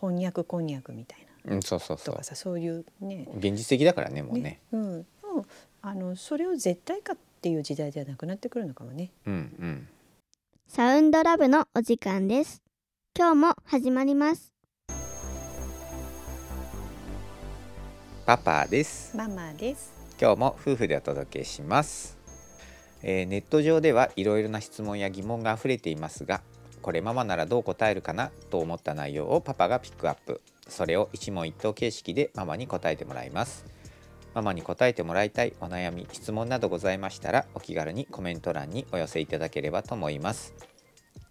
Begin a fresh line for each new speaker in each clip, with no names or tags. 翻訳こんにゃくみたいな
うん、そうそうそ
と
う
かさそういうね
現実的だからねもうね
うん、でもあのそれを絶対かっていう時代ではなくなってくるのかもね。
うんうん
サウンドラブのお時間です。今日も始まります。
パパです
ママです。
今日も夫婦でお届けします、えーネット上ではいろいろな質問や疑問が溢れていますがこれママならどう答えるかなと思った内容をパパがピックアップそれを一問一答形式でママに答えてもらいますママに答えてもらいたいお悩み質問などございましたらお気軽にコメント欄にお寄せいただければと思います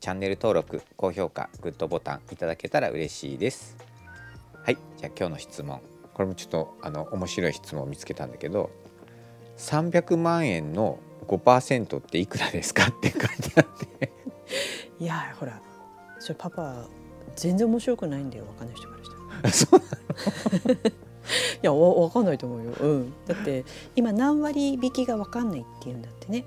チャンネル登録高評価グッドボタンいただけたら嬉しいですはいじゃあ今日の質問これもちょっとあの面白い質問を見つけたんだけど300万円の5%っていくらですかって感じなんで
いやーほらそれパパ全然面白くないんだよ若い人からしたら。
そう
いやわわかんないと思うよ。うん、だって今何割引きがわかんないっていうんだってね。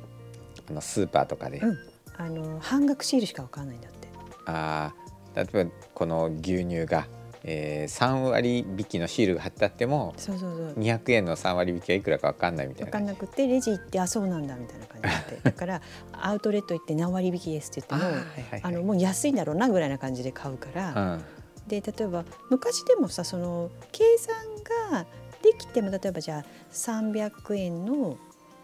あのスーパーとかで、
うんあの半額シールしかわかんないんだって。
あー例えばこの牛乳が、えー、3割引きのシールが貼ってあっても
そうそうそう。
200円の3割引きはいくらか分かんないみたい
分
な
かんなくてレジ行ってあそうなんだみたいな感じになってだからアウトレット行って何割引きですって
あ
言って
ー
も
はいはいはい
あのもう安いんだろうなぐらいな感じで買うから、で例えば昔でもさその計算ができても例えばじゃあ300円の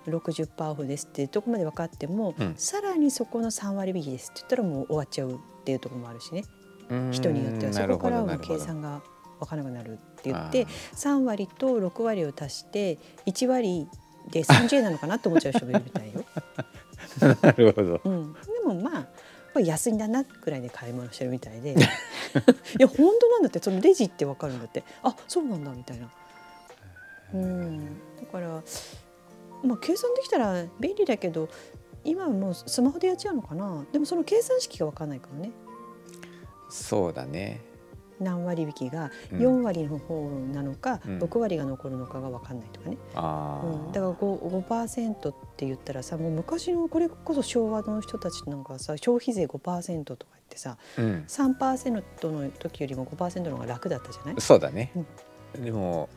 60%オフですっていうとこまで分かっても、
うん
さらにそこの3割引きですって言ったらもう終わっちゃうっていうところもあるしね
うんうん
人によってはそこからはも
な
う
る
計
ほどなる
算が分からなくなるって言
ほど
って3割と6割を足して1割で30円なのかなと思っちゃう人もいるみたいよ。
あー なるほど
うん、でもまあこれ安いんだなくらいで買い物してるみた いでいや本当なんだってそのレジってわかるんだってあそうなんだみたいな。うん、だから、まあ、計算できたら便利だけど今はもうスマホでやっちゃうのかなでもその計算式がわかんないからね
そうだね
何割引きが
うん
4割の方なのか、
うん
6割が残るのかがわかんないとかね。
あー、
うん、だから5 5%って言ったらさもう昔のこれこそ昭和の人たちなんかさ消費税5%とか言ってさ
うん、
3%の時よりも5%の方が楽だったじゃ ない
そうだね、でも、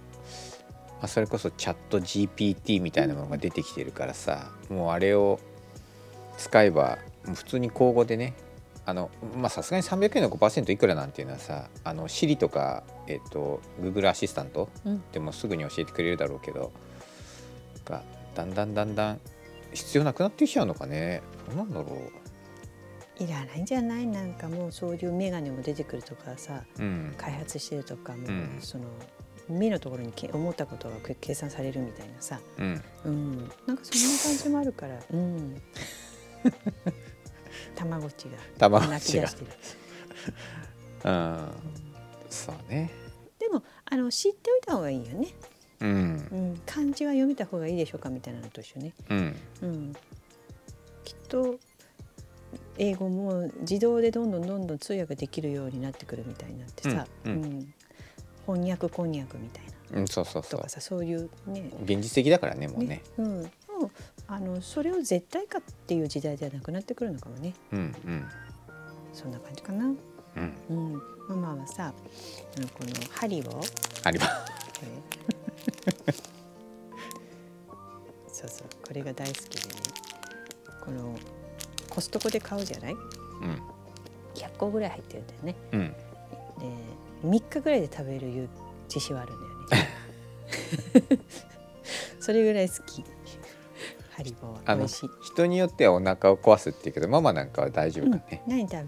まあ、それこそチャット GPT みたいなものが出てきてるからさ、もうあれを使えば普通に口語でねあのまあさすがに300円の5%いくらなんていうのはさあの Siri とか、えっと Google アシスタント
うん
でもすぐに教えてくれるだろうけど、がだんだんだんだん必要なくなってきちゃうのかねどうなんだろ
いらないんじゃないなんかもうそういう眼鏡も出てくるとかさ
う、うん、
開発してるとかもう
うん
その目のところにけ思ったことがけ計算されるみたいなさ、
うん、
うん、なんかそんな感じもあるから、 うん、たまごっちが
たまごっ
泣き
ち
出
が
してる。
うんそうね
でもあの知っておいた方がいいよね、
うん
うん、漢字は読めた方がいいでしょうかみたいなのと一緒ね、
うん
うん、きっと英語も自動でどんどんどんどん通訳できるようになってくるみたいになってさ、
うんうん
ん翻訳こんにゃくみたいな
うんそうそうそ
と
う
かさそういうね
現実的だからねもうね
うん、もうあのそれを絶対かっていう時代ではなくなってくるのかもね
うん
そんな感じかな、
うんうん
うん、ママはさあのこの針を
あります
これ そうそうこれが大好きでねこのコストコで買うじゃない
うん
100個ぐらい入ってるんだよね
うん
で3日ぐらいで食べるゆ自信はあるんだよね それぐらい好きハリボー
あ
は
の
美味しい
人によってはお腹を壊すっていうけどママなんかは大丈夫だね、
何食べても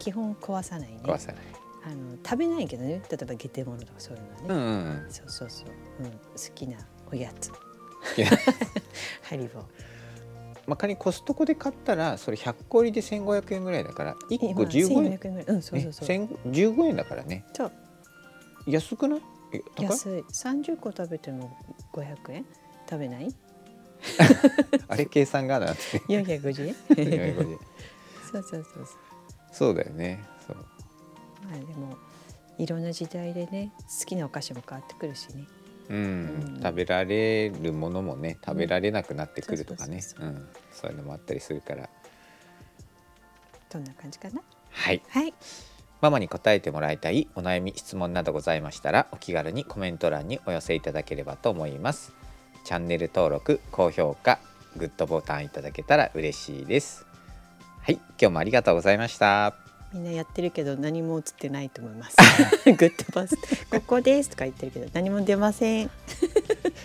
基本壊さないね
壊さない
あの食べないけどね例えばゲテモノとかそういうのはね、
うんうんうん
そうそうそう、うん、好きなおやつ
きな
ハリボー
まあ仮にコストコで買ったらそれ100個入りで1500円ぐらいだから1
今
個15円、ね、
1400円ぐらいうんそうそうそう、
15円だからね
そう
安くないえ高い
安い三十個食べても五百円食べない
あれ計算が なって
四百五十円
450
そうそうそうそ
そうだよねそう
うまあでもいろんな時代でね好きなお菓子も変わってくるしね
うん
うん
食べられるものもね食べられなくなってくるとかね
そう
う
そうそ
んそういうのもあったりするから
どんな感じかな
はい
はい
ママに答えてもらいたいお悩み質問などございましたらお気軽にコメント欄にお寄せいただければと思いますチャンネル登録高評価グッドボタンいただけたら嬉しいですはい今日もありがとうございました
みんなやってるけど何も映ってないと思います。 グッドパスここですとか言ってるけど何も出ません。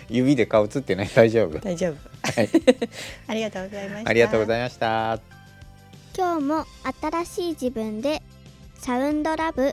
指で顔映ってない大丈夫
大丈夫。
はい
ありがとうございました。
ありがとうございました
今日も新しい自分でサウンドラブ